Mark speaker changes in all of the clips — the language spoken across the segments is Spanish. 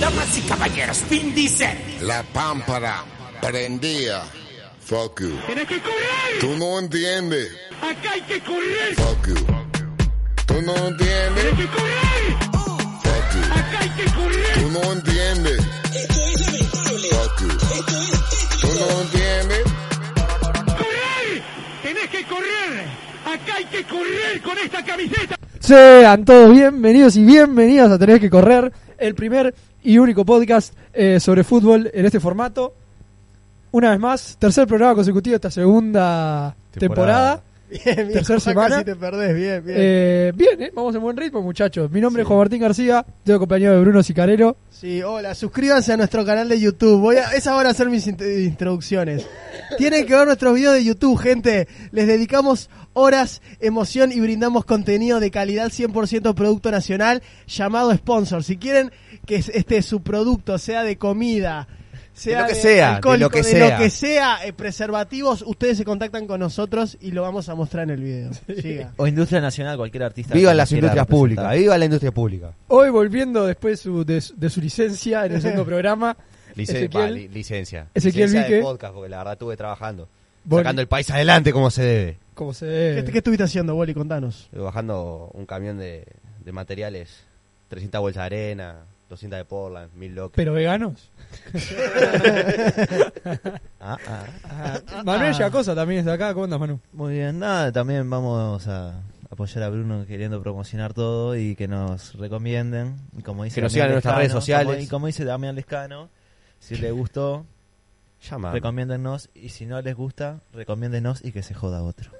Speaker 1: Damas y caballeros, Vin Diesel.
Speaker 2: La pámpara prendía. Fuck you.
Speaker 1: ¡Tienes que correr!
Speaker 2: Tú no entiendes.
Speaker 1: ¡Acá hay que correr!
Speaker 2: Fuck you. Tú no entiendes.
Speaker 1: ¡Tienes que correr!
Speaker 2: Fuck you.
Speaker 1: ¡Acá hay que correr!
Speaker 2: Tú no entiendes. Fuck you. Tú no entiendes.
Speaker 1: ¡Correr! ¡Tienes que correr! ¡Acá hay que correr con esta camiseta!
Speaker 3: Sean todos bienvenidos y bienvenidas a Tenés que Correr, el primer y único podcast eh, sobre fútbol en este formato. Una vez más, tercer programa consecutivo de esta segunda temporada.
Speaker 4: Bien, bien,
Speaker 3: Tercer
Speaker 4: Juan,
Speaker 3: semana.
Speaker 4: casi te perdés, bien, bien.
Speaker 3: Eh, bien, eh, vamos en buen ritmo, muchachos. Mi nombre es Juan Martín García, estoy acompañado de Bruno Sicarero.
Speaker 4: Sí, hola, suscríbanse a nuestro canal de YouTube. Voy a, es ahora hacer mis int- introducciones. Tienen que ver nuestros videos de YouTube, gente. Les dedicamos horas, emoción y brindamos contenido de calidad 100% producto nacional llamado sponsor. Si quieren que es- este su producto sea de comida, sea
Speaker 5: lo que sea, de
Speaker 4: alcohólico,
Speaker 5: lo que
Speaker 4: de
Speaker 5: sea.
Speaker 4: lo que sea, eh, preservativos, ustedes se contactan con nosotros y lo vamos a mostrar en el video. Siga.
Speaker 6: O industria nacional, cualquier artista.
Speaker 5: Viva
Speaker 6: que
Speaker 5: las
Speaker 6: nos quiera
Speaker 5: industrias
Speaker 6: representar.
Speaker 5: públicas, viva la industria pública.
Speaker 3: Hoy volviendo después su- de, su- de su licencia en el segundo programa. Ezequiel.
Speaker 5: va, li- licencia.
Speaker 3: Ezequiel
Speaker 5: licencia
Speaker 3: Vique.
Speaker 5: de podcast, porque la verdad estuve trabajando.
Speaker 3: Boli.
Speaker 5: Sacando el país adelante como se debe.
Speaker 3: Como se
Speaker 4: ¿Qué,
Speaker 3: debe.
Speaker 4: qué estuviste haciendo, Boli? Contanos.
Speaker 5: Estuve bajando un camión de, de materiales, 300 bolsas de arena, 200 de Portland, 1000 locos.
Speaker 3: Pero veganos.
Speaker 6: Ah, ah.
Speaker 3: Manuel Yacosa también está acá. ¿Cómo andas, Manu?
Speaker 6: Muy bien, nada, también vamos a apoyar a Bruno queriendo promocionar todo y que nos recomienden. Y Como dice
Speaker 5: Que nos
Speaker 6: Damián
Speaker 5: sigan en nuestras
Speaker 6: Lescano,
Speaker 5: redes sociales.
Speaker 6: como- y como dice Damián Lescano, si les gustó,
Speaker 5: Llama.
Speaker 6: recomiéndennos. Y si no les gusta, recomiéndenos y que se joda otro.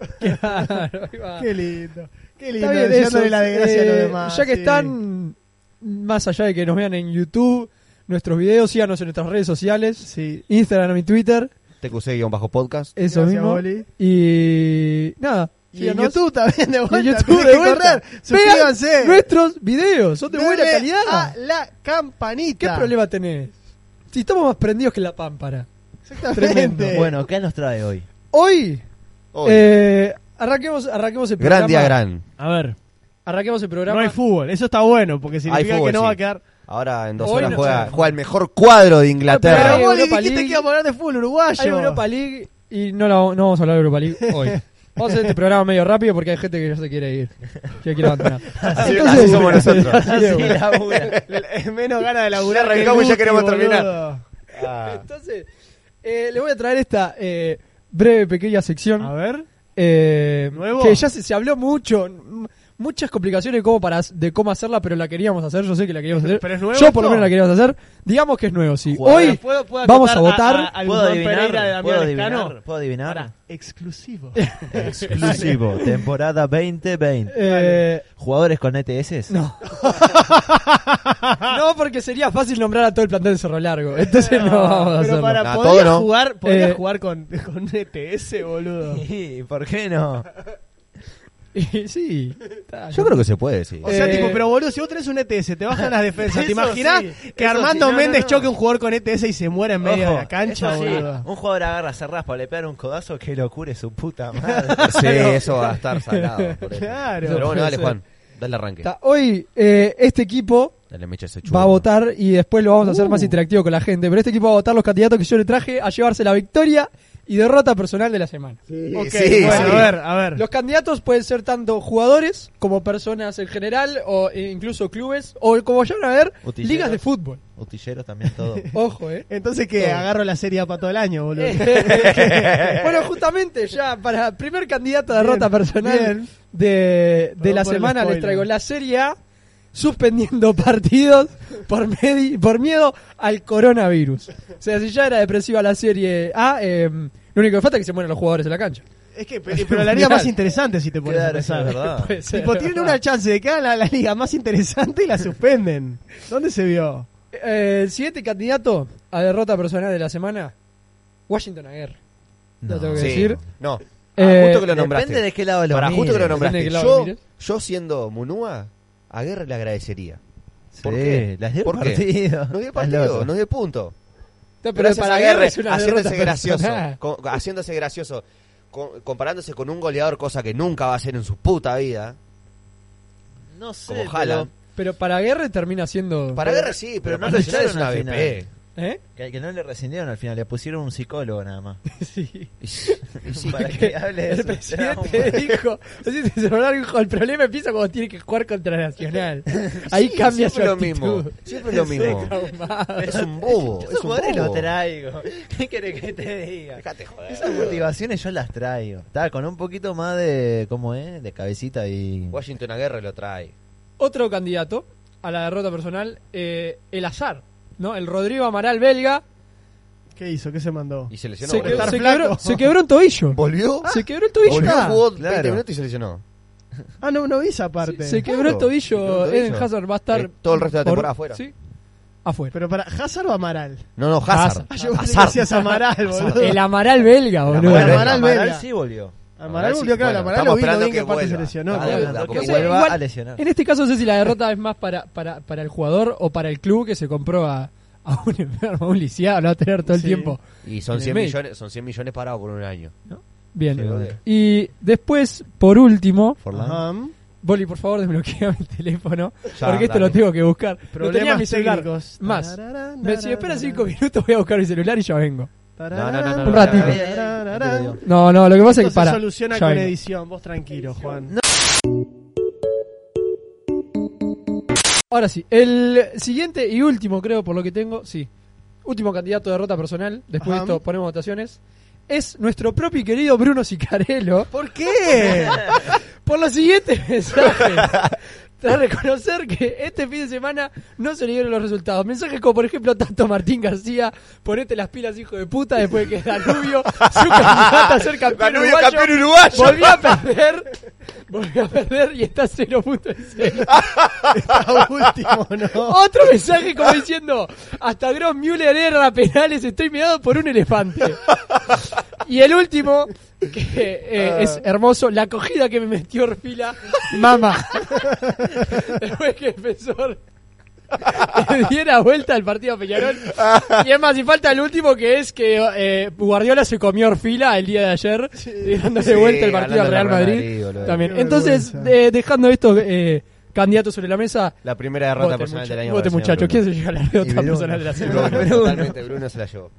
Speaker 3: Claro, ahí va.
Speaker 4: Qué lindo. Qué lindo.
Speaker 3: Está bien
Speaker 4: deseándole
Speaker 3: eso.
Speaker 4: la desgracia a los
Speaker 3: Eh,
Speaker 4: demás.
Speaker 3: Ya que
Speaker 4: sí.
Speaker 3: están, más allá de que nos vean en YouTube, nuestros videos, síganos en nuestras redes sociales,
Speaker 4: Sí.
Speaker 3: Instagram y Twitter,
Speaker 5: TQC-podcast.
Speaker 3: eso
Speaker 4: Gracias,
Speaker 3: mismo.
Speaker 4: Boli.
Speaker 3: Y nada,
Speaker 4: Y en
Speaker 3: síganos.
Speaker 4: YouTube también de vuelta.
Speaker 3: Y en
Speaker 4: tienen
Speaker 3: YouTube
Speaker 4: que
Speaker 3: de vuelta.
Speaker 4: correr.
Speaker 3: Vean
Speaker 4: Suscríbanse. ah,
Speaker 3: nuestros videos, son de
Speaker 4: Denle
Speaker 3: buena calidad.
Speaker 4: A la
Speaker 3: ¿Qué
Speaker 4: campanita.
Speaker 3: problema tenés? Si estamos más prendidos que la pámpara.
Speaker 4: Exactamente.
Speaker 3: Tremendo. Eh.
Speaker 6: Bueno, ¿qué nos trae hoy?
Speaker 3: Hoy,
Speaker 5: Hoy.
Speaker 3: eh, arranquemos, arranquemos el programa.
Speaker 5: gran día, gran.
Speaker 3: A ver, arranquemos el programa.
Speaker 4: No hay fútbol. Eso está bueno porque significa
Speaker 5: fútbol,
Speaker 4: que no
Speaker 5: sí.
Speaker 4: va a quedar.
Speaker 5: Ahora en dos
Speaker 3: Hoy
Speaker 5: horas
Speaker 3: no
Speaker 5: juega,
Speaker 3: sé.
Speaker 5: juega el mejor cuadro de
Speaker 3: Pero
Speaker 5: Inglaterra.
Speaker 3: hay
Speaker 4: Pero Boli,
Speaker 3: Europa
Speaker 4: dijiste
Speaker 3: League.
Speaker 4: que íbamos a hablar de fútbol uruguayo.
Speaker 3: Hay Europa League y no, la- no vamos a hablar de Europa League hoy. Vamos a hacer este programa medio rápido porque hay gente que ya se quiere ir. Ya quiere abandonar.
Speaker 5: Así- así somos nosotros.
Speaker 3: así es,
Speaker 6: Sí,
Speaker 3: bueno.
Speaker 6: labura.
Speaker 4: Menos ganas de laburar.
Speaker 5: Ya
Speaker 4: que el
Speaker 5: arrancamos y ya
Speaker 4: Guti,
Speaker 5: queremos
Speaker 4: boludo.
Speaker 5: terminar. Ah.
Speaker 3: Entonces, eh, le voy a traer esta eh, breve pequeña
Speaker 4: A
Speaker 3: sección
Speaker 4: ver.
Speaker 3: eh,
Speaker 4: ¿Nuevo?
Speaker 3: que ya se, se habló mucho, m- muchas complicaciones como para, de cómo hacerla, pero la queríamos hacer. Yo sé que la queríamos hacer.
Speaker 4: ¿Pero es nuevo
Speaker 3: Yo por lo
Speaker 4: esto?
Speaker 3: menos la queríamos hacer. Digamos que es nuevo, sí.
Speaker 6: Jugadores.
Speaker 3: Hoy
Speaker 4: ¿Puedo- puedo
Speaker 3: vamos a
Speaker 4: acotar
Speaker 3: votar.
Speaker 4: a- al
Speaker 6: ¿Puedo
Speaker 4: Guzmán Pereira de
Speaker 6: adivinar?
Speaker 4: Damián
Speaker 6: ¿Puedo
Speaker 4: Lescano?
Speaker 6: adivinar? ¿Puedo adivinar?
Speaker 4: Pará, exclusivo.
Speaker 6: Exclusivo, temporada 2020.
Speaker 3: eh,
Speaker 6: ¿Jugadores con E ETS?
Speaker 3: No. no, porque sería fácil nombrar a todo el plantel de Cerro Largo. Entonces no vamos a
Speaker 4: Pero
Speaker 3: hacerlo.
Speaker 4: para
Speaker 5: Nah, todo
Speaker 4: poder
Speaker 5: no.
Speaker 4: jugar, podrías
Speaker 3: Eh.
Speaker 4: jugar con, con ETS, boludo.
Speaker 6: Sí, ¿Por qué no?
Speaker 3: Y sí. está,
Speaker 5: Yo creo que se puede, sí.
Speaker 4: O sea,
Speaker 3: Eh.
Speaker 4: tipo, pero boludo, si vos tenés un ETS, te bajan las defensas. ¿Te
Speaker 6: Este- Eso
Speaker 4: imaginás
Speaker 6: sí,
Speaker 4: que
Speaker 6: eso
Speaker 4: Armando
Speaker 6: sí, no,
Speaker 4: Méndez
Speaker 6: no, no.
Speaker 4: choque un jugador con ETS y se muera en medio
Speaker 6: Ojo,
Speaker 4: de la cancha,
Speaker 6: eso sí,
Speaker 4: boludo?
Speaker 6: Un jugador agarra, se raspa, le pega un codazo, que lo cure su puta madre.
Speaker 5: Sí, eso va a estar salado. por eso.
Speaker 4: Claro.
Speaker 5: Pero bueno, dale,
Speaker 3: Puede ser.
Speaker 5: Juan. Dale arranque.
Speaker 3: Está. Hoy eh, este equipo
Speaker 5: Dale, mecha ese
Speaker 3: va a
Speaker 5: churro.
Speaker 3: votar y después lo vamos a
Speaker 5: Uh.
Speaker 3: hacer más interactivo con la gente. Pero este equipo va a votar los candidatos que yo le traje a llevarse la victoria y derrota personal de la semana.
Speaker 4: Ok,
Speaker 5: sí,
Speaker 4: bueno,
Speaker 5: sí.
Speaker 4: a ver, a ver.
Speaker 3: Los candidatos pueden ser tanto jugadores como personas en general o eh, incluso clubes o como ya van a ver,
Speaker 6: Utilleros.
Speaker 3: ligas de fútbol.
Speaker 6: Utilleros también todo.
Speaker 3: Ojo, eh.
Speaker 4: Entonces, que
Speaker 3: Todo.
Speaker 4: Agarro la serie A para todo el año, boludo.
Speaker 6: Eh,
Speaker 3: Eh, bueno, justamente ya para primer candidato a derrota
Speaker 4: Bien,
Speaker 3: personal
Speaker 4: bien.
Speaker 3: de, de
Speaker 4: Perdón
Speaker 3: la
Speaker 4: por el
Speaker 3: semana les
Speaker 4: spoiler.
Speaker 3: traigo la Serie A suspendiendo partidos por, medi- por miedo al em, coronavirus. O sea, si ya era depresiva la Serie A, eh, lo único que falta es que se mueran los jugadores en la cancha.
Speaker 4: Es que, pe- pero la liga más interesante si te pones a
Speaker 6: Claro, eso
Speaker 4: pensar.
Speaker 6: es verdad.
Speaker 3: Puede ser.
Speaker 4: Tipo, tienen una chance de que haga la, la liga más interesante y la suspenden. ¿Dónde se vio?
Speaker 3: Eh, el siguiente candidato a derrota personal de la semana, Washington Aguirre. Lo tengo que
Speaker 5: Sí.
Speaker 3: decir.
Speaker 5: No.
Speaker 3: Eh,
Speaker 5: Ah, justo que lo nombraste.
Speaker 6: Depende de qué lado lo
Speaker 5: Para
Speaker 6: mires.
Speaker 5: justo que lo
Speaker 3: Depende
Speaker 5: nombraste.
Speaker 3: de qué lado lo
Speaker 5: Yo,
Speaker 3: mires.
Speaker 5: yo siendo Munúa, a Guerra le agradecería.
Speaker 6: Sí,
Speaker 5: ¿Por qué?
Speaker 6: Las dio
Speaker 5: ¿Por qué?
Speaker 6: partido.
Speaker 5: No dio
Speaker 6: Las
Speaker 5: partido,
Speaker 6: loco.
Speaker 5: no dio punto.
Speaker 3: Pero
Speaker 5: Gracias
Speaker 3: para
Speaker 5: a
Speaker 3: Aguirre
Speaker 5: Guerre,
Speaker 3: es una derrota
Speaker 5: haciéndose gracioso,
Speaker 3: personal.
Speaker 5: co- haciéndose gracioso, co- comparándose con un goleador, cosa que nunca va a hacer en su puta vida,
Speaker 6: No sé,
Speaker 5: como
Speaker 6: pero-
Speaker 5: Haaland.
Speaker 3: Pero para Aguirre termina siendo.
Speaker 5: Para Guerra sí, pero,
Speaker 6: pero no
Speaker 5: para
Speaker 6: lo
Speaker 5: Nacional es una
Speaker 6: echaron al
Speaker 5: BP.
Speaker 3: ¿Eh?
Speaker 6: Que, que no le rescindieron al final, le pusieron un psicólogo nada más.
Speaker 3: Sí.
Speaker 6: para que hable de
Speaker 3: el
Speaker 6: su
Speaker 3: presidente
Speaker 6: trauma.
Speaker 3: dijo, el presidente se habló, dijo, el problema empieza cuando tiene que jugar contra Nacional. Ahí cambia su
Speaker 5: siempre lo
Speaker 3: actitud.
Speaker 5: mismo, siempre lo
Speaker 3: Sí,
Speaker 5: mismo.
Speaker 3: traumado.
Speaker 5: Es un bobo, es
Speaker 6: Esos
Speaker 5: un
Speaker 6: jugadores los
Speaker 5: bobo.
Speaker 6: traigo. ¿Qué querés que te diga?
Speaker 5: Dejate joder.
Speaker 6: Esas motivaciones yo las traigo. Está con un poquito más de. ¿Cómo es? De cabecita y.
Speaker 5: Washington a Guerra lo trae.
Speaker 3: Otro candidato a la derrota personal, eh, el azar, ¿no? El Rodrigo Amaral belga
Speaker 4: ¿Qué hizo? ¿Qué se mandó?
Speaker 5: Y se lesionó.
Speaker 3: se,
Speaker 5: boludo.
Speaker 3: quebró,
Speaker 4: estar
Speaker 3: se,
Speaker 4: flaco.
Speaker 3: quebró, se quebró el tobillo.
Speaker 5: ¿Volvió?
Speaker 3: Se quebró el tobillo.
Speaker 5: Volvió,
Speaker 4: Ah,
Speaker 5: jugó 20
Speaker 6: claro.
Speaker 5: minutos y se lesionó.
Speaker 4: Ah, no, no vi esa parte.
Speaker 3: Se, se quebró el
Speaker 5: Claro, se quebró
Speaker 3: tobillo.
Speaker 5: el tobillo.
Speaker 3: Eden Hazard va a estar
Speaker 5: Eh, todo el resto de la
Speaker 3: por-
Speaker 5: temporada afuera.
Speaker 3: Sí. Afuera.
Speaker 4: Pero para, ¿Hazard o Amaral?
Speaker 5: No, no, Hazard.
Speaker 4: Ah, yo pensé que
Speaker 5: Hazard.
Speaker 4: decías Amaral, boludo.
Speaker 3: El Ah, Amaral belga, boludo.
Speaker 4: Amaral belga. belga.
Speaker 6: sí volvió.
Speaker 4: Amaral volvió, claro,
Speaker 5: Bueno,
Speaker 4: Amaral
Speaker 5: estamos
Speaker 4: lo vi, lo vi
Speaker 5: esperando
Speaker 4: en qué
Speaker 5: que
Speaker 4: parte se
Speaker 5: vuelva.
Speaker 4: lesionó.
Speaker 5: Ah,
Speaker 4: pero-
Speaker 5: la-
Speaker 6: lo que
Speaker 5: que
Speaker 6: vuelva
Speaker 3: igual-
Speaker 6: a lesionar.
Speaker 3: En este caso, no sé si la derrota es más para, para, para, para el jugador o para el club que se compró a, a un enfermo, a un lisiado, lo va a tener todo el
Speaker 4: Sí.
Speaker 3: tiempo.
Speaker 5: Y son
Speaker 3: En el
Speaker 5: 100
Speaker 3: medio.
Speaker 5: millones, son 100 millones parados por un año.
Speaker 3: Bien.
Speaker 5: Sí, boludo.
Speaker 3: y después, por último,
Speaker 6: Forlán.
Speaker 4: Ajá.
Speaker 3: Boli, por favor, desbloquea mi teléfono,
Speaker 5: Ya,
Speaker 3: porque esto
Speaker 5: dale.
Speaker 3: lo tengo que buscar. Lo tenía en mi
Speaker 4: Problemas
Speaker 3: celular.
Speaker 4: técnicos.
Speaker 3: Más.
Speaker 4: Tararán,
Speaker 3: Me- si me esperan
Speaker 4: tararán,
Speaker 3: 5 minutos, voy a buscar mi celular y ya vengo.
Speaker 4: tararán,
Speaker 5: No, no, no, no,
Speaker 3: Un ratito.
Speaker 4: tararán, tararán.
Speaker 3: No, no, lo que pasa es
Speaker 4: Esto
Speaker 3: que
Speaker 4: se
Speaker 3: para.
Speaker 4: soluciona
Speaker 3: ya
Speaker 4: con
Speaker 3: vengo.
Speaker 4: edición. Vos tranquilo, Juan.
Speaker 3: Ahora sí, el siguiente y último, creo, por lo que tengo, sí. Último candidato de derrota personal, después de
Speaker 4: Ajá.
Speaker 3: esto ponemos votaciones. Es nuestro propio y querido Bruno Sicarello.
Speaker 4: ¿Por qué?
Speaker 3: Por los siguientes mensajes. Tras reconocer que este fin de semana no se le dieron los resultados. Mensajes como, por ejemplo, tanto Martín García, ponete las pilas, hijo de puta, después de que Danubio, su candidata a ser campeón
Speaker 5: Danubio,
Speaker 3: uruguayo,
Speaker 5: campeón uruguayo.
Speaker 3: volvió a perder, volvió a perder y está a 0.6.
Speaker 4: Está último, ¿no?
Speaker 3: Otro mensaje como diciendo, hasta Gross Müller erra penales, estoy mirado por un elefante. Y el último, que eh, es hermoso, la acogida que me metió Orfila, mamá. Después que empezó le diera vuelta al partido a Peñarol. Y es más, y falta el último que es que eh, Guardiola se comió Orfila el día de ayer, dándose
Speaker 5: Sí,
Speaker 3: vuelta el partido
Speaker 5: ganándole al
Speaker 3: al Real
Speaker 5: Real
Speaker 3: Madrid.
Speaker 5: Madrid, boludo.
Speaker 3: también.
Speaker 4: Qué
Speaker 3: Entonces,
Speaker 4: vergüenza.
Speaker 3: eh, dejando estos eh, candidatos sobre la mesa,
Speaker 5: La primera derrota
Speaker 3: Voten,
Speaker 5: personal
Speaker 3: muchacho-
Speaker 5: del año.
Speaker 3: voten,
Speaker 5: para el
Speaker 3: muchachos.
Speaker 5: señor
Speaker 3: ¿Quién se lleva la derrota
Speaker 6: Bruno.
Speaker 3: personal de la semana?
Speaker 5: Bruno. Bruno, Totalmente, Bruno se la llevó.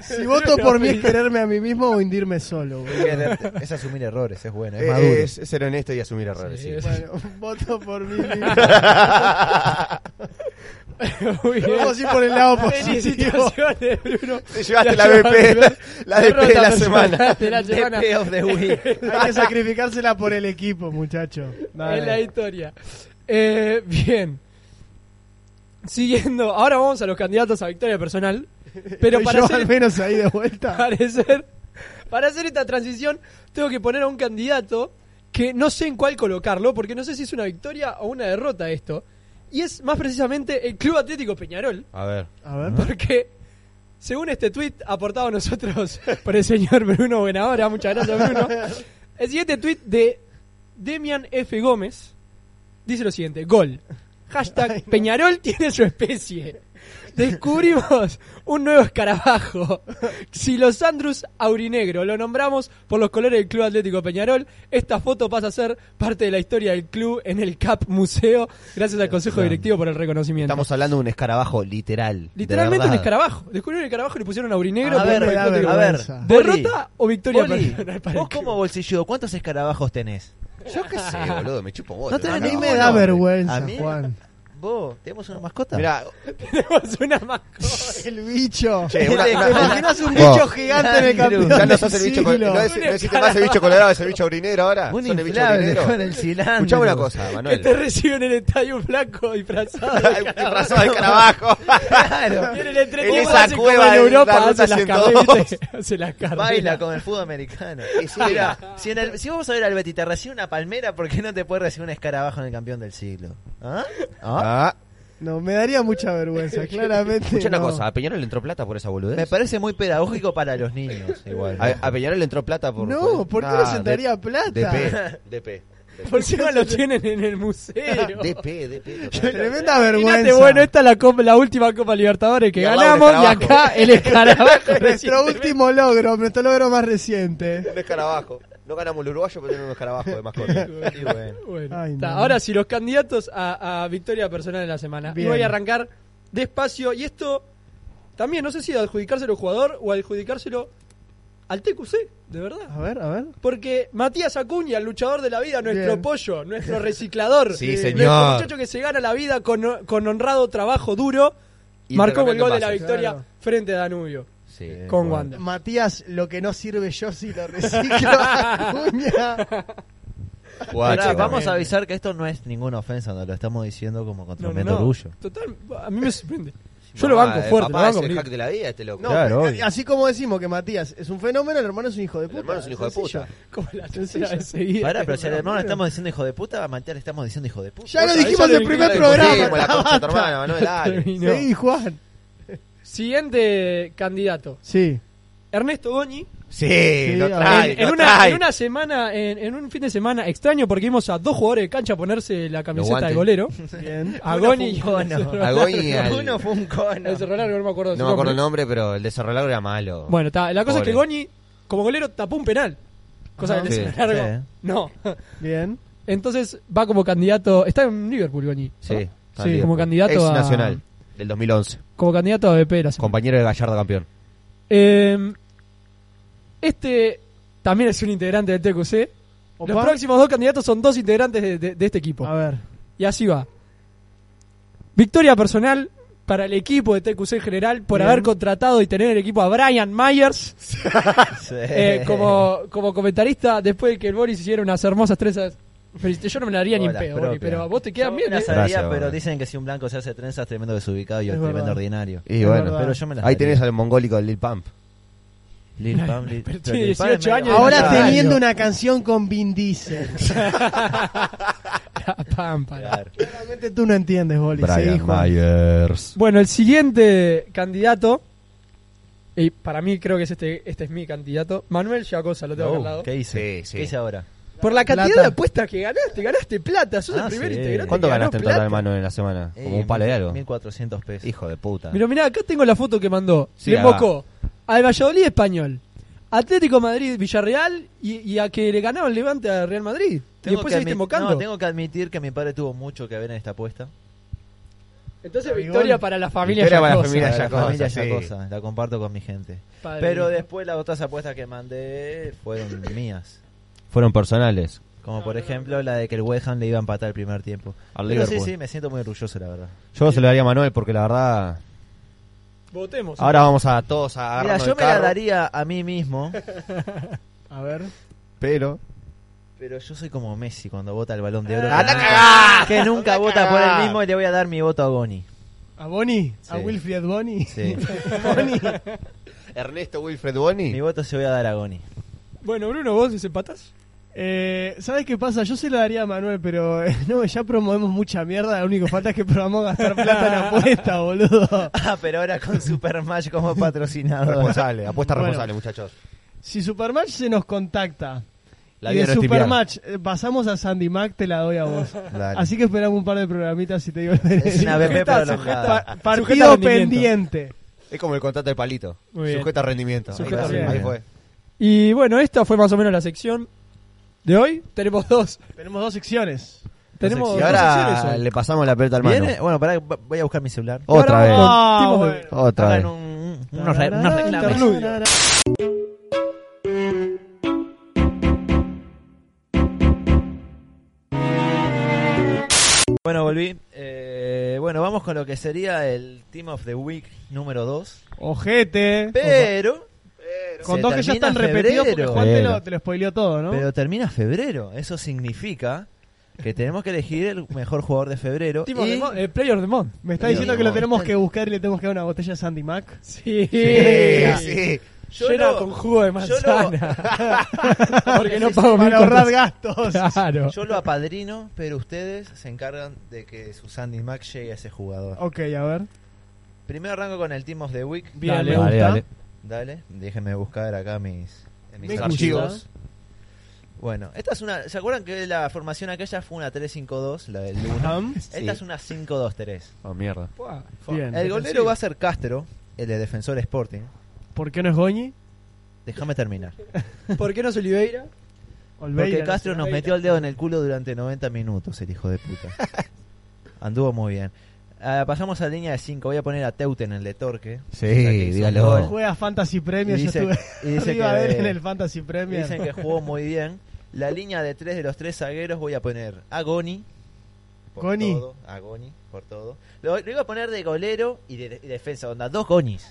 Speaker 4: Si voto por mí es quererme a mí mismo o hundirme solo, boludo.
Speaker 6: es asumir errores, es bueno, es
Speaker 5: Eh,
Speaker 6: maduro.
Speaker 5: es ser honesto y asumir errores.
Speaker 3: Sí,
Speaker 5: sí.
Speaker 3: es-
Speaker 4: Bueno, voto por mí mismo.
Speaker 3: Muy bien.
Speaker 4: Vamos a ir por el lado positivo.
Speaker 3: Felicitaciones, Bruno.
Speaker 5: Te llevaste la BP, la, la DP de la
Speaker 3: Derrota
Speaker 5: semana.
Speaker 3: personal de la semana.
Speaker 6: DP of the week.
Speaker 4: Hay que sacrificársela por el equipo, muchacho. Dale.
Speaker 3: Es la historia. Eh, bien. Siguiendo, ahora vamos a los candidatos a victoria personal. Pero
Speaker 4: Estoy
Speaker 3: para
Speaker 4: yo
Speaker 3: hacer, Ah.
Speaker 4: al menos ahí de vuelta.
Speaker 3: para hacer- para hacer esta transición, tengo que poner a un candidato que no sé en cuál colocarlo, porque no sé si es una victoria o una derrota esto. Y es más precisamente el Club Atlético Peñarol.
Speaker 5: A ver.
Speaker 4: A ver.
Speaker 3: Porque, según este tweet aportado a nosotros por el señor Bruno Buenahora, muchas gracias Bruno, el siguiente tweet de Demian F. Gómez dice lo siguiente, gol. Hashtag Peñarol tiene su especie. Descubrimos un nuevo escarabajo. Xilosandrus aurinegro. Lo nombramos por los colores del Club Atlético Peñarol. Esta foto pasa a ser parte de la historia del club en el CAP Museo. Gracias al Consejo Directivo por el reconocimiento.
Speaker 5: Estamos hablando de un escarabajo literal. de
Speaker 3: Literalmente un
Speaker 5: verdad.
Speaker 3: escarabajo. Descubrieron el escarabajo y le pusieron aurinegro.
Speaker 6: A
Speaker 3: por
Speaker 6: ver,
Speaker 3: el
Speaker 6: a ver,
Speaker 3: Atlético
Speaker 6: a ver.
Speaker 3: Peñarol.
Speaker 6: Boli,
Speaker 3: ¿Derrota o victoria
Speaker 6: Boli,
Speaker 3: personal para el
Speaker 6: vos como
Speaker 3: club?
Speaker 6: bolsilludo, ¿cuántos escarabajos tenés?
Speaker 5: Yo qué sé, boludo, me chupo vos.
Speaker 6: No tenés
Speaker 4: A mí
Speaker 6: No,
Speaker 4: me
Speaker 6: no,
Speaker 4: da
Speaker 6: hombre.
Speaker 4: vergüenza,
Speaker 6: A mí-
Speaker 4: Juan.
Speaker 6: Vos, tenemos una mascota.
Speaker 7: Mirá,
Speaker 3: Tenemos una mascota.
Speaker 4: El bicho.
Speaker 7: Che, una-
Speaker 4: ¿Te
Speaker 7: una-
Speaker 4: imaginas un
Speaker 7: Vos.
Speaker 4: bicho gigante en el campeón
Speaker 7: ya no
Speaker 4: del
Speaker 7: sos el bicho col-
Speaker 4: siglo?
Speaker 7: no, es- no existe más el bicho colorado, es el bicho orinero ahora.
Speaker 6: un
Speaker 7: Son el bicho
Speaker 6: inflable
Speaker 7: orinero.
Speaker 6: con el cilantro.
Speaker 7: Escuchame una cosa,
Speaker 3: Que te
Speaker 7: Manuel.
Speaker 3: Este recibe en el estadio un flaco disfrazado. de
Speaker 7: Ay, qué
Speaker 3: carajo.
Speaker 7: razón del carabajo.
Speaker 6: Claro.
Speaker 3: Viene el entretiempo,
Speaker 7: En esa
Speaker 3: hace como
Speaker 7: cueva
Speaker 3: en
Speaker 7: de
Speaker 3: Europa,
Speaker 7: la ruta
Speaker 3: hace las
Speaker 7: 102.
Speaker 3: carreras. Hace las carreras.
Speaker 6: Baila con el fútbol americano. Mira, si, en el- si vamos a ver al Betty te recibe una palmera, ¿por qué no te puede recibir un escarabajo en el campeón del siglo? ¿Ah? ¿Ah?
Speaker 7: Ah,
Speaker 4: No, me daría mucha vergüenza, claramente.
Speaker 7: escucha una
Speaker 4: no.
Speaker 7: cosa, a Peñarol le entró plata por esa boludez.
Speaker 6: Me parece muy pedagógico para los niños, igual.
Speaker 7: A, a Peñarol le entró plata por.
Speaker 4: No, ¿por qué
Speaker 7: Ah,
Speaker 4: no sentaría
Speaker 7: de-
Speaker 4: plata?
Speaker 7: DP, DP.
Speaker 3: ¿Por qué no lo tienen en el museo?
Speaker 7: DP, DP. total.
Speaker 4: Tremenda
Speaker 3: Imagínate,
Speaker 4: vergüenza.
Speaker 3: bueno, esta es la, copa- la última Copa Libertadores que
Speaker 7: Y abajo
Speaker 3: ganamos
Speaker 7: el
Speaker 3: y
Speaker 7: escarabajo.
Speaker 3: acá el escarabajo.
Speaker 4: nuestro último logro, nuestro logro más reciente.
Speaker 7: Un escarabajo. No ganamos el uruguayo, pero tenemos un escarabajo de mascota.
Speaker 6: Y bueno.
Speaker 3: Bueno,
Speaker 4: Ay,
Speaker 3: está.
Speaker 4: no.
Speaker 3: Ahora sí, los candidatos a, a victoria personal de la semana.
Speaker 4: Bien.
Speaker 3: Y voy a arrancar despacio. Y esto también, no sé si adjudicárselo al jugador o adjudicárselo al TQC, de verdad.
Speaker 4: A ver, a ver.
Speaker 3: Porque Matías Acuña, el luchador de la vida, nuestro
Speaker 4: Bien.
Speaker 3: pollo, nuestro reciclador,
Speaker 7: Sí,
Speaker 3: nuestro
Speaker 7: señor.
Speaker 3: muchacho que se gana la vida con, con honrado trabajo duro,
Speaker 7: Y
Speaker 3: marcó el gol de
Speaker 7: intercambiando
Speaker 3: la
Speaker 7: pases.
Speaker 3: victoria
Speaker 4: Claro.
Speaker 3: frente a Danubio
Speaker 7: Sí.
Speaker 3: con Wanda.
Speaker 4: Matías, lo que no sirve yo sí lo reciclo. Acuña.
Speaker 7: Guacho,
Speaker 6: Pará,
Speaker 7: vamos
Speaker 6: vamos a avisar que esto no es ninguna ofensa, nos lo estamos diciendo como con
Speaker 3: No, no,
Speaker 6: tremendo
Speaker 3: no.
Speaker 6: orgullo.
Speaker 3: Total, a mí me sorprende. Yo lo banco fuerte, lo
Speaker 7: eh, Papá
Speaker 3: banco.
Speaker 7: es el
Speaker 3: brígido.
Speaker 7: hack de la vida este loco.
Speaker 4: No,
Speaker 6: Claro,
Speaker 4: pero,
Speaker 6: obvio.
Speaker 4: así como decimos que Matías es un fenómeno, el hermano es un hijo de
Speaker 7: el
Speaker 4: puta.
Speaker 7: hermano es un hijo de
Speaker 4: Sencillo.
Speaker 7: puta.
Speaker 3: Como la tercera vez seguida.
Speaker 6: Pará, pero si al hermano le estamos diciendo hijo de puta, a Matías le estamos diciendo hijo de puta.
Speaker 4: Ya lo
Speaker 3: Puta,
Speaker 4: dijimos
Speaker 3: eso
Speaker 4: en el
Speaker 3: lo
Speaker 4: primer
Speaker 3: dijimos,
Speaker 4: programa.
Speaker 7: Sí, con la concha de tu
Speaker 4: basta.
Speaker 7: hermana, Manuel, dale.
Speaker 3: Terminó.
Speaker 4: Sí, Juan.
Speaker 3: Siguiente candidato,
Speaker 4: Sí.
Speaker 3: Ernesto Goñi.
Speaker 7: Sí,
Speaker 4: Sí,
Speaker 7: lo
Speaker 4: a ver.
Speaker 7: trae,
Speaker 3: en,
Speaker 7: lo
Speaker 3: una,
Speaker 7: trae.
Speaker 3: en una semana, en, en un fin de semana extraño porque vimos a dos jugadores de cancha ponerse la camiseta
Speaker 7: guantes.
Speaker 3: de golero.
Speaker 4: Bien. Ah,
Speaker 3: A Goñi y
Speaker 6: Uno fue un
Speaker 3: a
Speaker 6: cono.
Speaker 7: A Goñi y al-
Speaker 6: Uno fue un cono.
Speaker 3: El Cerro Largo, no me acuerdo. de su
Speaker 7: No me acuerdo
Speaker 3: nombre.
Speaker 7: el nombre, pero el de Cerro Largo era malo.
Speaker 3: Bueno, ta, la cosa es que
Speaker 7: Pobre.
Speaker 3: Goñi, como golero, tapó un penal. Cosa
Speaker 4: Ajá.
Speaker 3: del
Speaker 7: Sí,
Speaker 3: Cerro Largo.
Speaker 6: sí.
Speaker 3: No.
Speaker 4: Bien.
Speaker 3: Entonces va como candidato. Está en Liverpool, Goñi.
Speaker 7: sí, está
Speaker 3: Sí,
Speaker 7: bien.
Speaker 3: como candidato
Speaker 7: Ex
Speaker 3: a-
Speaker 7: nacional del 2011.
Speaker 3: Como candidato a BP la semana.
Speaker 7: Compañero de Gallardo campeón.
Speaker 3: Eh, este también es un integrante del TQC. Los
Speaker 4: Opa.
Speaker 3: próximos dos candidatos son dos integrantes de, de- de este equipo.
Speaker 4: A ver.
Speaker 3: Y así va. Victoria personal para el equipo de TQC en general por
Speaker 4: Bien.
Speaker 3: haber contratado y tener el equipo a Brian Myers
Speaker 6: Sí.
Speaker 3: eh, como, como comentarista después de que el Boris hiciera unas hermosas trenzas. Felicit- Yo no me la haría ni en
Speaker 6: Horas
Speaker 3: pedo, Boris,
Speaker 6: propias.
Speaker 3: pero a vos te quedan
Speaker 6: Yo
Speaker 3: bien.
Speaker 6: me
Speaker 3: ¿eh?
Speaker 6: las haría,
Speaker 7: Gracias,
Speaker 6: pero
Speaker 7: Bárbara.
Speaker 6: dicen que si un blanco se hace trenzas es tremendo desubicado y
Speaker 4: Es
Speaker 6: es tremendo
Speaker 4: verdad.
Speaker 6: ordinario.
Speaker 7: Y
Speaker 4: Es
Speaker 7: bueno,
Speaker 4: verdad.
Speaker 6: Pero yo me las
Speaker 7: ahí
Speaker 6: haría.
Speaker 7: tenés al mongólico del Lil Pump.
Speaker 6: Lil Pam,
Speaker 3: Pero
Speaker 6: Lil- pero
Speaker 3: tiene
Speaker 6: Lil Pam es
Speaker 3: 18
Speaker 6: medio-
Speaker 3: años.
Speaker 4: Ahora
Speaker 3: Claro.
Speaker 4: teniendo una canción con Vin Diesel.
Speaker 3: La pampa.
Speaker 6: Claro.
Speaker 4: Claramente tú no entiendes, Boli. Seguí, Juan.
Speaker 7: Myers.
Speaker 3: Bueno, el siguiente candidato, y para mí creo que es este, este es mi candidato, Manuel Yacosa, lo tengo acá
Speaker 6: Oh,
Speaker 3: al lado.
Speaker 6: ¿Qué hice?
Speaker 7: Sí, sí.
Speaker 6: ¿Qué hice ahora?
Speaker 3: Por la cantidad
Speaker 4: Plata.
Speaker 3: de apuestas que ganaste, ganaste plata, sos
Speaker 6: Ah,
Speaker 3: el primer
Speaker 6: sí.
Speaker 3: integrante.
Speaker 7: ¿Cuánto
Speaker 3: que ganó
Speaker 7: ganaste en total,
Speaker 3: plata.
Speaker 7: hermano, en la semana? Como
Speaker 6: Eh,
Speaker 7: un palo de algo.
Speaker 6: 1400 pesos.
Speaker 7: Hijo de puta.
Speaker 3: Mirá, mirá, acá tengo la foto que mandó.
Speaker 7: Sí,
Speaker 3: le
Speaker 7: ah.
Speaker 3: invocó al Valladolid español, Atlético Madrid Villarreal y, y a que le ganaron Levante a Real Madrid. y
Speaker 6: Tengo
Speaker 3: después
Speaker 6: que
Speaker 3: seguiste
Speaker 6: admi-
Speaker 3: invocando.
Speaker 6: No, tengo que admitir que mi padre tuvo mucho que ver en esta apuesta.
Speaker 3: Entonces,
Speaker 4: Amigón.
Speaker 3: victoria para la familia
Speaker 7: Victoria para la
Speaker 3: Yacosa.
Speaker 7: familia
Speaker 6: Para la
Speaker 7: Yacosa,
Speaker 6: familia
Speaker 7: sí.
Speaker 6: Yacosa, la comparto con mi gente.
Speaker 3: Padre.
Speaker 6: Pero después las otras apuestas que mandé fueron mías.
Speaker 7: Fueron personales.
Speaker 6: Como por ejemplo la de que el West Ham le iba a empatar el primer tiempo.
Speaker 7: Al
Speaker 6: Pero sí,
Speaker 7: Liverpool.
Speaker 6: sí, me siento muy orgulloso, la verdad.
Speaker 7: Yo se lo daría a Manuel porque la verdad.
Speaker 3: Votemos.
Speaker 7: Ahora vamos a todos a
Speaker 6: Mira,
Speaker 7: agarrarnos
Speaker 6: yo
Speaker 7: el
Speaker 6: me la
Speaker 7: carro,
Speaker 6: daría a mí mismo,
Speaker 4: A ver.
Speaker 7: Pero.
Speaker 6: pero yo soy como Messi cuando vota el balón de oro.
Speaker 7: ¡Anda a
Speaker 6: que-
Speaker 7: cagar!
Speaker 6: Que
Speaker 7: ¡Anda
Speaker 6: nunca
Speaker 7: a
Speaker 6: vota por
Speaker 7: cagar!
Speaker 6: el mismo y le voy a dar mi voto a Goni.
Speaker 4: ¿A Bonnie? ¿A
Speaker 6: Sí.
Speaker 4: Wilfried Bonnie?
Speaker 6: Sí.
Speaker 4: Bonnie.
Speaker 7: Ernesto Wilfred
Speaker 6: mi
Speaker 7: Boni.
Speaker 6: voto se voy a dar a Goni.
Speaker 3: Bueno, Bruno, vos desempatás.
Speaker 4: Eh, ¿Sabes qué pasa? Yo se lo daría a Manuel, pero eh, no, ya promovemos mucha mierda. Lo único que falta es que probamos gastar plata en apuesta, boludo.
Speaker 6: Ah, pero ahora con Supermatch como patrocinador.
Speaker 7: Responsable, apuesta
Speaker 4: Bueno.
Speaker 7: responsable, muchachos.
Speaker 4: Si Supermatch se nos contacta
Speaker 7: La
Speaker 4: y
Speaker 7: vida
Speaker 4: de
Speaker 7: no es tipear.
Speaker 4: Supermatch eh, pasamos a Sandy Mac, te la doy a vos.
Speaker 6: Dale.
Speaker 4: Así que esperamos un par de programitas y te digo.
Speaker 6: es una BP
Speaker 3: Sujeta,
Speaker 6: prolongada.
Speaker 4: Pa-
Speaker 3: Sujeta
Speaker 4: partido
Speaker 3: rendimiento.
Speaker 4: pendiente.
Speaker 7: Es como el contrato del palito.
Speaker 3: Muy bien.
Speaker 7: Sujeta a rendimiento.
Speaker 3: Sujeta
Speaker 7: ahí,
Speaker 4: a
Speaker 7: va,
Speaker 4: rendimiento.
Speaker 7: ahí fue.
Speaker 3: Y bueno, esta fue más o menos la sección de hoy. Tenemos dos.
Speaker 4: Tenemos dos secciones.
Speaker 3: Tenemos
Speaker 7: Y
Speaker 3: dos secciones
Speaker 7: ahora
Speaker 3: hoy.
Speaker 7: le pasamos la pelota al mano.
Speaker 6: ¿Viene? Bueno, pará, va- voy a buscar mi celular.
Speaker 3: Y ahora
Speaker 7: Otra vez.
Speaker 3: vamos
Speaker 4: Ah,
Speaker 3: con
Speaker 4: bueno.
Speaker 3: tipos de-
Speaker 7: Otra vez.
Speaker 6: Hagan un- un- unos re- unos reclamos.
Speaker 3: Interludio.
Speaker 6: Bueno, volví. Eh, bueno, vamos con lo que sería el Team of the Week número 2.
Speaker 4: Ojete.
Speaker 6: Pero.
Speaker 4: Con
Speaker 6: se
Speaker 4: dos que ya
Speaker 6: termina
Speaker 4: están repetidos porque
Speaker 6: febrero.
Speaker 4: Juan te lo, te lo spoileó todo, ¿no?
Speaker 6: Pero termina febrero. Eso significa que tenemos que elegir el mejor jugador de febrero.
Speaker 3: Team of
Speaker 6: y-
Speaker 3: the Month, eh, Player of the Month.
Speaker 4: Me está
Speaker 6: Pero
Speaker 4: diciendo que lo
Speaker 6: no,
Speaker 4: tenemos
Speaker 6: está-
Speaker 4: que buscar y le tenemos que dar una botella a Sandy Mac.
Speaker 3: Sí.
Speaker 6: Sí, sí. Yo
Speaker 3: Llena
Speaker 6: lo-
Speaker 3: con jugo de
Speaker 6: yo lo-
Speaker 3: manzana. porque no
Speaker 6: Sí, sí,
Speaker 3: pago mil
Speaker 4: Para ahorrar
Speaker 3: cuotas.
Speaker 4: gastos.
Speaker 3: Claro.
Speaker 6: Yo lo apadrino, pero ustedes se encargan de que su Sandy Mac llegue a ese jugador.
Speaker 4: Ok, a ver.
Speaker 6: Primero arranco con el Team of the Week.
Speaker 3: Bien,
Speaker 4: Dale,
Speaker 3: me gusta.
Speaker 4: dale, dale.
Speaker 6: Dale, déjenme buscar acá mis, en mis
Speaker 4: Me
Speaker 6: archivos.
Speaker 4: gusta.
Speaker 6: Bueno, esta es una. ¿Se acuerdan que la formación aquella fue una 3-5-2, la del Luna? Esta es una 5-2-3.
Speaker 5: Oh, mierda.
Speaker 3: Buah.
Speaker 4: Bien.
Speaker 6: El golero va a ser Castro, el de Defensor Sporting.
Speaker 4: ¿Por qué no es Goñi?
Speaker 6: Déjame terminar.
Speaker 8: ¿Por qué no es Oliveira?
Speaker 6: Porque
Speaker 4: Olveira, no
Speaker 6: Castro
Speaker 4: sé.
Speaker 6: nos metió el dedo en el culo durante 90 minutos, el hijo de puta. Anduvo muy bien. Ah, pasamos a línea de 5. Voy a poner a Teuten, el de Torque. Ya que
Speaker 5: Sí,
Speaker 6: hizo
Speaker 5: dígalo.
Speaker 6: gol.
Speaker 4: Juega Fantasy
Speaker 6: Y
Speaker 4: Premier. Yo
Speaker 6: dice,
Speaker 4: estuve
Speaker 6: y dice
Speaker 4: arriba de él
Speaker 6: que,
Speaker 4: en el Fantasy Premier.
Speaker 6: dicen que jugó muy bien. La línea de 3 de los 3 zagueros voy a poner a Goni. por
Speaker 4: Goni.
Speaker 6: todo, A Goni, por todo. Lo, lo iba a poner de golero y de, y defensa, onda. Dos Gonis.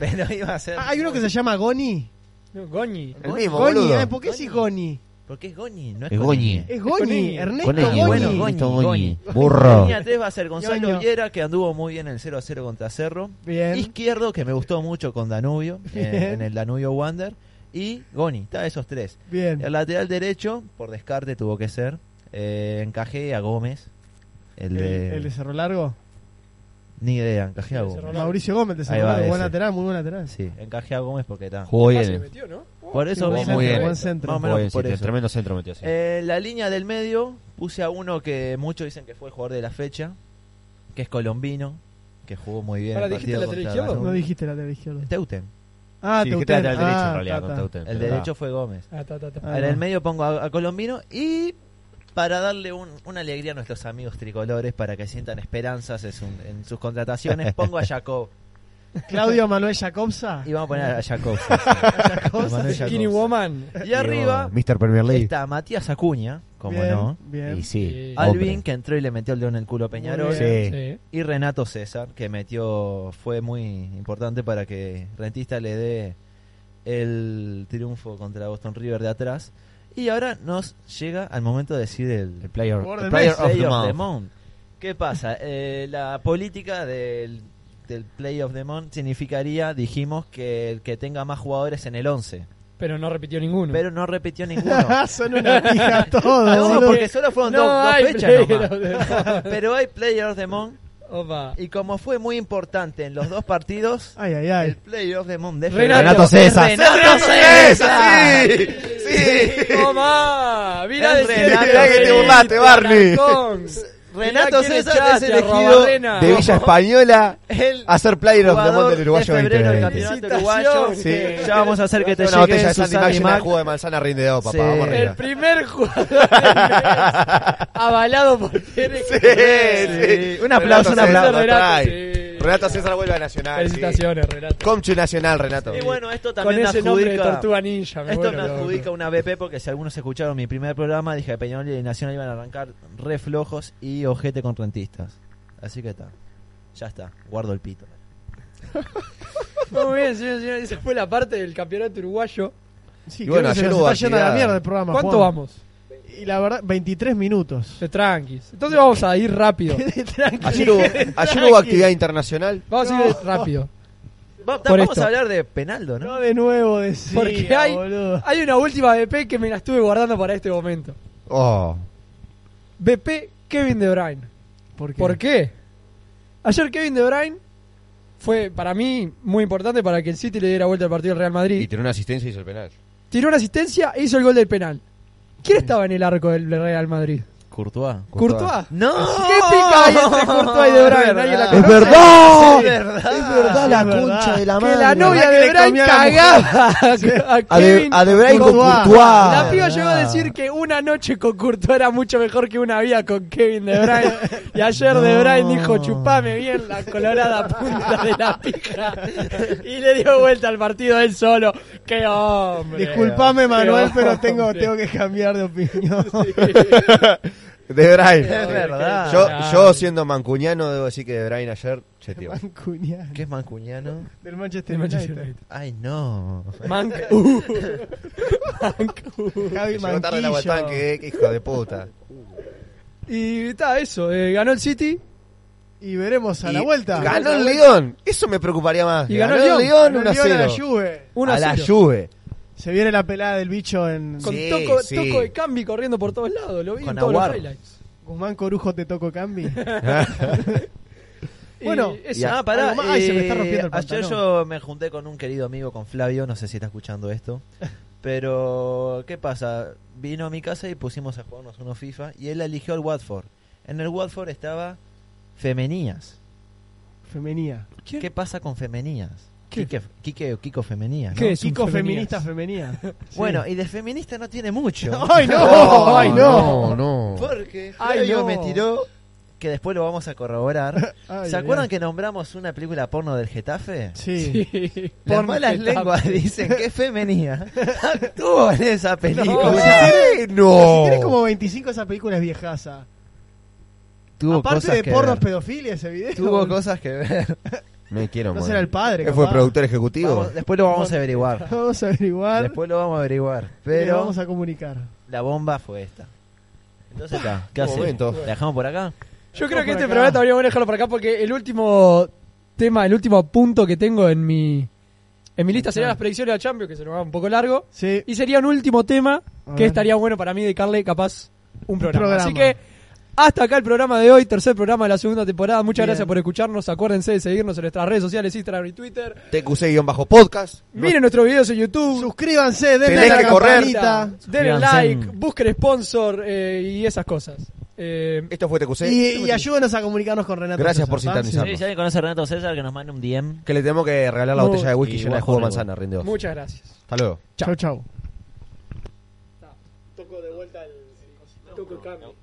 Speaker 6: Pero iba a ser.
Speaker 4: Ah, hay uno que se llama Goni.
Speaker 3: No, Goñi.
Speaker 5: El mismo,
Speaker 4: Goni,
Speaker 5: boludo.
Speaker 4: eh, ¿por qué es Goni?
Speaker 6: Porque es Goni, no es,
Speaker 5: Es
Speaker 6: Goni.
Speaker 5: Goni.
Speaker 4: Es
Speaker 3: Goni.
Speaker 4: Goni, Ernesto
Speaker 5: Goñi,
Speaker 4: Goni.
Speaker 6: bueno,
Speaker 5: Goñi, esto
Speaker 6: Goñi,
Speaker 5: Goñi.
Speaker 6: Goñi.
Speaker 5: Burro.
Speaker 6: Línea 3 va a ser Gonzalo
Speaker 4: Ñoño.
Speaker 6: Viera, que anduvo muy bien en el 0 a 0 contra Cerro.
Speaker 4: Bien.
Speaker 6: Izquierdo, que me gustó mucho con Danubio, en,
Speaker 4: Bien.
Speaker 6: en el Danubio Wander. Y Goni, está esos tres.
Speaker 4: Bien.
Speaker 6: El lateral derecho, por descarte tuvo que ser. Eh, encajé a Gómez.
Speaker 4: El,
Speaker 6: El de.
Speaker 4: el de Cerro Largo.
Speaker 6: Ni idea, encajé a
Speaker 3: el de
Speaker 6: Gómez.
Speaker 3: Cerro
Speaker 4: Mauricio Gómez de
Speaker 6: Ahí
Speaker 4: Cerro
Speaker 6: va,
Speaker 4: Largo. Buen
Speaker 6: ese.
Speaker 4: lateral, muy buen lateral.
Speaker 6: Sí, encajé a Gómez porque está.
Speaker 5: Jugó
Speaker 3: Ah, se
Speaker 5: bien.
Speaker 3: metió, ¿no?
Speaker 6: Por eso
Speaker 4: buen
Speaker 6: mismo-
Speaker 5: muy
Speaker 4: centro,
Speaker 5: bien.
Speaker 4: buen centro.
Speaker 6: Más o
Speaker 5: Jugó bien,
Speaker 6: menos
Speaker 5: sí,
Speaker 6: por
Speaker 5: te-
Speaker 6: eso.
Speaker 5: Tremendo centro metió. sí.
Speaker 6: Eh, la línea del medio, puse a uno que muchos dicen que fue el jugador de la fecha, que es colombino, que jugó muy bien.
Speaker 8: Ahora,
Speaker 6: el
Speaker 8: ¿dijiste lateral
Speaker 6: partido contra
Speaker 8: izquierdo?
Speaker 4: No
Speaker 6: Danubio.
Speaker 4: dijiste lateral izquierdo.
Speaker 6: Teuten.
Speaker 4: Ah,
Speaker 5: Sí,
Speaker 4: te
Speaker 5: dijiste lateral derecho en realidad con Tauten.
Speaker 6: El
Speaker 5: pero
Speaker 6: de
Speaker 5: está.
Speaker 6: derecho fue Gómez.
Speaker 3: Ah, ta, ta, ta.
Speaker 4: Ah,
Speaker 6: en
Speaker 4: no.
Speaker 6: el medio pongo a, a Colombino y para darle un- una alegría a nuestros amigos tricolores para que sientan esperanzas en, su- en sus contrataciones, pongo a Jacob.
Speaker 4: Claudio Manuel Jacobsa.
Speaker 6: Y vamos a poner a Jacob. sí, sí. A Manuel
Speaker 3: Skinny
Speaker 6: Jacob.
Speaker 3: Woman.
Speaker 6: Y arriba
Speaker 5: Mr. Premier League.
Speaker 6: está Matías Acuña, como
Speaker 4: Bien,
Speaker 6: no.
Speaker 4: Bien.
Speaker 5: Y sí.
Speaker 6: Alvin,
Speaker 5: hombre.
Speaker 6: que entró y le metió el león en el culo a Peñarol.
Speaker 4: Muy
Speaker 5: bien. Sí.
Speaker 6: Y Renato César, que metió, fue muy importante para que Rentista le dé el triunfo contra Boston River de atrás. Y ahora nos llega al momento de decir el,
Speaker 5: El player,
Speaker 4: Por
Speaker 5: el
Speaker 4: de
Speaker 5: player
Speaker 4: mes,
Speaker 5: of
Speaker 6: Play
Speaker 5: the
Speaker 6: of the
Speaker 5: month.
Speaker 6: Month. ¿Qué pasa? Eh, la política del, del Play of the Month significaría, dijimos, que el que tenga más jugadores en el 11.
Speaker 3: Pero no repitió ninguno.
Speaker 6: Pero no repitió ninguno.
Speaker 4: Ah, Son una pija todos.
Speaker 6: No,
Speaker 4: boludo.
Speaker 6: porque solo fueron dos, dos
Speaker 3: hay
Speaker 6: fechas
Speaker 3: Player
Speaker 6: nomás.
Speaker 3: of the Month.
Speaker 6: Pero hay Play of the Month
Speaker 3: Opa.
Speaker 6: y como fue muy importante en los dos partidos,
Speaker 4: Ay, ay,
Speaker 6: el
Speaker 4: ay.
Speaker 6: Play of the Month de
Speaker 3: Renato
Speaker 6: febrero es
Speaker 5: César.
Speaker 6: Renato César.
Speaker 3: Toma, mira
Speaker 6: Es
Speaker 3: de
Speaker 6: Renato.
Speaker 3: cerca,
Speaker 6: Mirá que te
Speaker 3: Benito
Speaker 5: burlaste, Barney.
Speaker 3: Alarcón.
Speaker 6: Renato
Speaker 3: Mirá quién
Speaker 6: César es
Speaker 3: echaste,
Speaker 6: elegido
Speaker 3: arrobarrena.
Speaker 5: De Villa Española
Speaker 6: el
Speaker 5: a ser player of the
Speaker 6: jugador
Speaker 5: month del Uruguayo
Speaker 6: de febrero del
Speaker 5: 2020.
Speaker 6: campeonato uruguayo.
Speaker 5: Sí.
Speaker 6: Ya vamos a hacer que te
Speaker 5: Una botella
Speaker 6: llegue
Speaker 5: de
Speaker 6: su
Speaker 5: Sandy Mac
Speaker 6: Sandy
Speaker 5: llena de
Speaker 6: Mac.
Speaker 5: jugo de manzana rinde dos, papá.
Speaker 6: Sí.
Speaker 5: Vamos
Speaker 3: El
Speaker 5: arriba.
Speaker 3: primer jugador del mes, avalado por Pérez.
Speaker 5: Sí, sí.
Speaker 6: Un aplauso, un
Speaker 5: Renato
Speaker 6: aplauso,
Speaker 5: César,
Speaker 3: Renato,
Speaker 5: trae.
Speaker 3: sí.
Speaker 5: Renato César vuelve a Nacional. sí.
Speaker 3: Felicitaciones, Renato.
Speaker 5: Comchu Nacional, Renato.
Speaker 6: Y bueno, esto
Speaker 3: Con
Speaker 6: también
Speaker 3: ese nombre de
Speaker 6: adjudica.
Speaker 3: Tortuga Ninja. me
Speaker 6: Esto me
Speaker 3: vuelvo loco.
Speaker 6: adjudica una BP porque si algunos escucharon mi primer programa, dije que Peñarol y Nacional iban a arrancar re flojos y ojete con rentistas. Así que está. Ya está. Guardo el pito.
Speaker 3: Muy bien, señores y señores. Esa fue la parte del campeonato uruguayo.
Speaker 4: Sí,
Speaker 5: Y
Speaker 4: creo
Speaker 5: bueno,
Speaker 4: que se
Speaker 5: ayer
Speaker 4: nos
Speaker 5: hubo
Speaker 4: está yendo a la
Speaker 5: actividad.
Speaker 4: mierda el programa.
Speaker 3: ¿Cuánto
Speaker 4: Juan.
Speaker 3: vamos?
Speaker 4: Y la verdad, 23 minutos.
Speaker 3: De tranquis. Entonces vamos a ir rápido.
Speaker 5: Ayer hubo, ayer hubo actividad internacional.
Speaker 3: Vamos a ir rápido.
Speaker 6: Va-
Speaker 3: Por
Speaker 6: vamos
Speaker 3: esto.
Speaker 6: a hablar de Penaldo, ¿no?
Speaker 4: No de nuevo decía,
Speaker 3: Porque hay,
Speaker 4: ah, boludo.
Speaker 3: hay una última BP que me la estuve guardando para este momento.
Speaker 5: Oh,
Speaker 3: BP Kevin De Bruyne.
Speaker 4: ¿Por qué?
Speaker 3: ¿Por qué? Ayer Kevin De Bruyne fue para mí muy importante para que el City le diera vuelta al partido al Real
Speaker 5: y
Speaker 3: Madrid.
Speaker 5: tiró una asistencia y hizo el penal.
Speaker 3: Tiró una asistencia e hizo el gol del penal. ¿Quién estaba en el arco del Real Madrid?
Speaker 6: Courtois.
Speaker 5: Courtois.
Speaker 3: Courtois.
Speaker 6: ¡No!
Speaker 3: ¿Qué pica hay entre Courtois y De Bruyne? Nadie la
Speaker 6: Es
Speaker 3: conoce.
Speaker 5: verdad!
Speaker 6: verdad.
Speaker 4: la concha de
Speaker 5: la
Speaker 3: Que la novia
Speaker 4: que
Speaker 3: de
Speaker 4: le
Speaker 3: Bruyne
Speaker 4: comió a la
Speaker 3: cagaba a, a
Speaker 5: A de,
Speaker 3: Kevin.
Speaker 5: a de Bruyne con
Speaker 4: Courtois.
Speaker 5: Courtois.
Speaker 4: Ah.
Speaker 3: La piba llegó a decir que una noche con Courtois era mucho mejor que una vida con Kevin De Bruyne. Y ayer De Bruyne dijo, chupame bien la colorada punta de la pija. Y le dio vuelta al partido él solo. ¡Qué hombre!
Speaker 4: Disculpame, Manuel,
Speaker 3: Qué
Speaker 4: pero tengo,
Speaker 3: hombre.
Speaker 4: tengo que cambiar de opinión.
Speaker 7: De Brain.
Speaker 6: Es verdad.
Speaker 7: Yo, yo siendo mancuñano debo decir que De Brain ayer cheteó.
Speaker 4: Mancuñano.
Speaker 6: ¿Qué es mancuñano?
Speaker 4: Del Manchester,
Speaker 9: Del Manchester
Speaker 4: United.
Speaker 6: Ay, no.
Speaker 3: Manc.
Speaker 4: Uh. Javi
Speaker 7: Llegó tarde el agua al
Speaker 4: Manquillo.
Speaker 7: tanque, eh, qué hijo de puta.
Speaker 3: Y está eso, eh, ganó el City.
Speaker 4: Y veremos a la
Speaker 7: Y
Speaker 4: vuelta.
Speaker 7: Ganó el León. Eso me preocuparía más.
Speaker 3: Y ganó
Speaker 7: el
Speaker 3: el
Speaker 7: León
Speaker 4: Ganó
Speaker 7: 1
Speaker 4: el León a la
Speaker 7: 0.
Speaker 4: Juve.
Speaker 3: Uno
Speaker 7: A la
Speaker 3: cero.
Speaker 7: Juve.
Speaker 4: Se viene la pelada del bicho en
Speaker 3: Con
Speaker 7: Sí,
Speaker 3: toco,
Speaker 7: sí.
Speaker 3: toco de cambi corriendo por todos lados. Lo vi
Speaker 6: Con
Speaker 3: en todos los
Speaker 6: Aguar.
Speaker 3: highlights.
Speaker 4: Guzmán Corujo te toco cambi.
Speaker 3: Y
Speaker 4: Bueno,
Speaker 3: Eh, eso.
Speaker 6: Ah, pará.
Speaker 4: Algo más. Ay, se me está
Speaker 6: eh,
Speaker 4: rompiendo el
Speaker 6: ayer
Speaker 4: pantalón.
Speaker 6: yo me junté con un querido amigo, con Flavio, no sé si está escuchando esto. Pero, ¿qué pasa? Vino a mi casa y pusimos a jugarnos unos FIFA y él eligió al Watford. En el Watford estaba Femenías.
Speaker 4: Femenía.
Speaker 3: ¿Quién?
Speaker 6: ¿Qué pasa con Femenías?
Speaker 3: ¿Qué?
Speaker 6: Quique, Quique o Kiko Femenías. ¿no?
Speaker 3: ¿Qué? Es un
Speaker 4: Kiko
Speaker 3: femenías.
Speaker 4: feminista femenía. Sí.
Speaker 6: Bueno, y de feminista no tiene mucho.
Speaker 4: ¡Ay, no! ¡Ay, no!
Speaker 7: No, no.
Speaker 6: Porque
Speaker 4: Ay,
Speaker 6: Flavio
Speaker 4: no.
Speaker 6: me tiró, que después lo vamos a corroborar.
Speaker 4: Ay,
Speaker 6: ¿Se acuerdan
Speaker 4: ay.
Speaker 6: que nombramos una película porno del Getafe?
Speaker 4: Sí.
Speaker 3: Sí.
Speaker 6: Las
Speaker 4: Porno
Speaker 6: malas
Speaker 4: Getafe.
Speaker 6: lenguas dicen que femenía actuó en esa
Speaker 4: No, si
Speaker 6: película.
Speaker 4: tenés-
Speaker 7: No.
Speaker 4: si tenés como 25 esa película es viejaza.
Speaker 6: Tuvo
Speaker 4: Aparte
Speaker 6: cosas
Speaker 4: de
Speaker 6: que
Speaker 4: pornos
Speaker 6: ver.
Speaker 4: pedofilias, ese video.
Speaker 6: Tuvo cosas que ver.
Speaker 7: Me quiero
Speaker 4: No
Speaker 7: morir.
Speaker 4: será el padre,
Speaker 7: Él fue
Speaker 4: capaz.
Speaker 7: productor ejecutivo.
Speaker 6: Vamos- después lo vamos a averiguar.
Speaker 4: Vamos a averiguar.
Speaker 6: Después lo vamos a averiguar.
Speaker 4: pero
Speaker 6: Pero
Speaker 4: vamos a comunicar.
Speaker 6: la bomba fue esta. Entonces acá, ¿qué
Speaker 7: Un
Speaker 6: hacemos?
Speaker 7: momento.
Speaker 6: ¿La dejamos por acá?
Speaker 3: Yo
Speaker 4: Vamos
Speaker 3: creo que
Speaker 4: por
Speaker 3: este
Speaker 4: acá.
Speaker 3: programa también voy a dejarlo para acá porque el último tema, el último punto que tengo en mi en mi lista serían las predicciones de la Champions, que se nos va un poco largo.
Speaker 4: Sí.
Speaker 3: Y sería un último tema
Speaker 4: A
Speaker 3: que
Speaker 4: ver.
Speaker 3: estaría bueno para mí dedicarle capaz un programa.
Speaker 4: programa.
Speaker 3: Así que hasta acá el programa de hoy, tercer programa de la segunda temporada. Muchas
Speaker 4: Bien.
Speaker 3: gracias por escucharnos. Acuérdense de seguirnos en nuestras redes sociales, Instagram y Twitter.
Speaker 7: TQC-podcast.
Speaker 3: Miren nuestros videos en YouTube.
Speaker 4: Suscríbanse, denle
Speaker 7: Tenés
Speaker 4: a la
Speaker 7: que correr.
Speaker 4: campanita.
Speaker 3: Denle
Speaker 6: Suscríbanse.
Speaker 3: like, busquen sponsor eh, y esas cosas. Eh,
Speaker 7: Esto fue TQC.
Speaker 4: Y, y ayúdenos a comunicarnos con Renato.
Speaker 7: Gracias por
Speaker 4: César, ¿va?
Speaker 7: sintonizar. Sí, si
Speaker 6: alguien conoce a Renato César, que nos mande un DM.
Speaker 7: Que le tenemos que regalar la botella de whisky
Speaker 6: Y
Speaker 7: llena de
Speaker 6: bajo
Speaker 7: jugo de
Speaker 6: de
Speaker 7: manzana, rinde vos.
Speaker 3: muchas gracias.
Speaker 7: Hasta luego.
Speaker 4: Chau, chau.
Speaker 3: Toco de vuelta el, toco el cambio.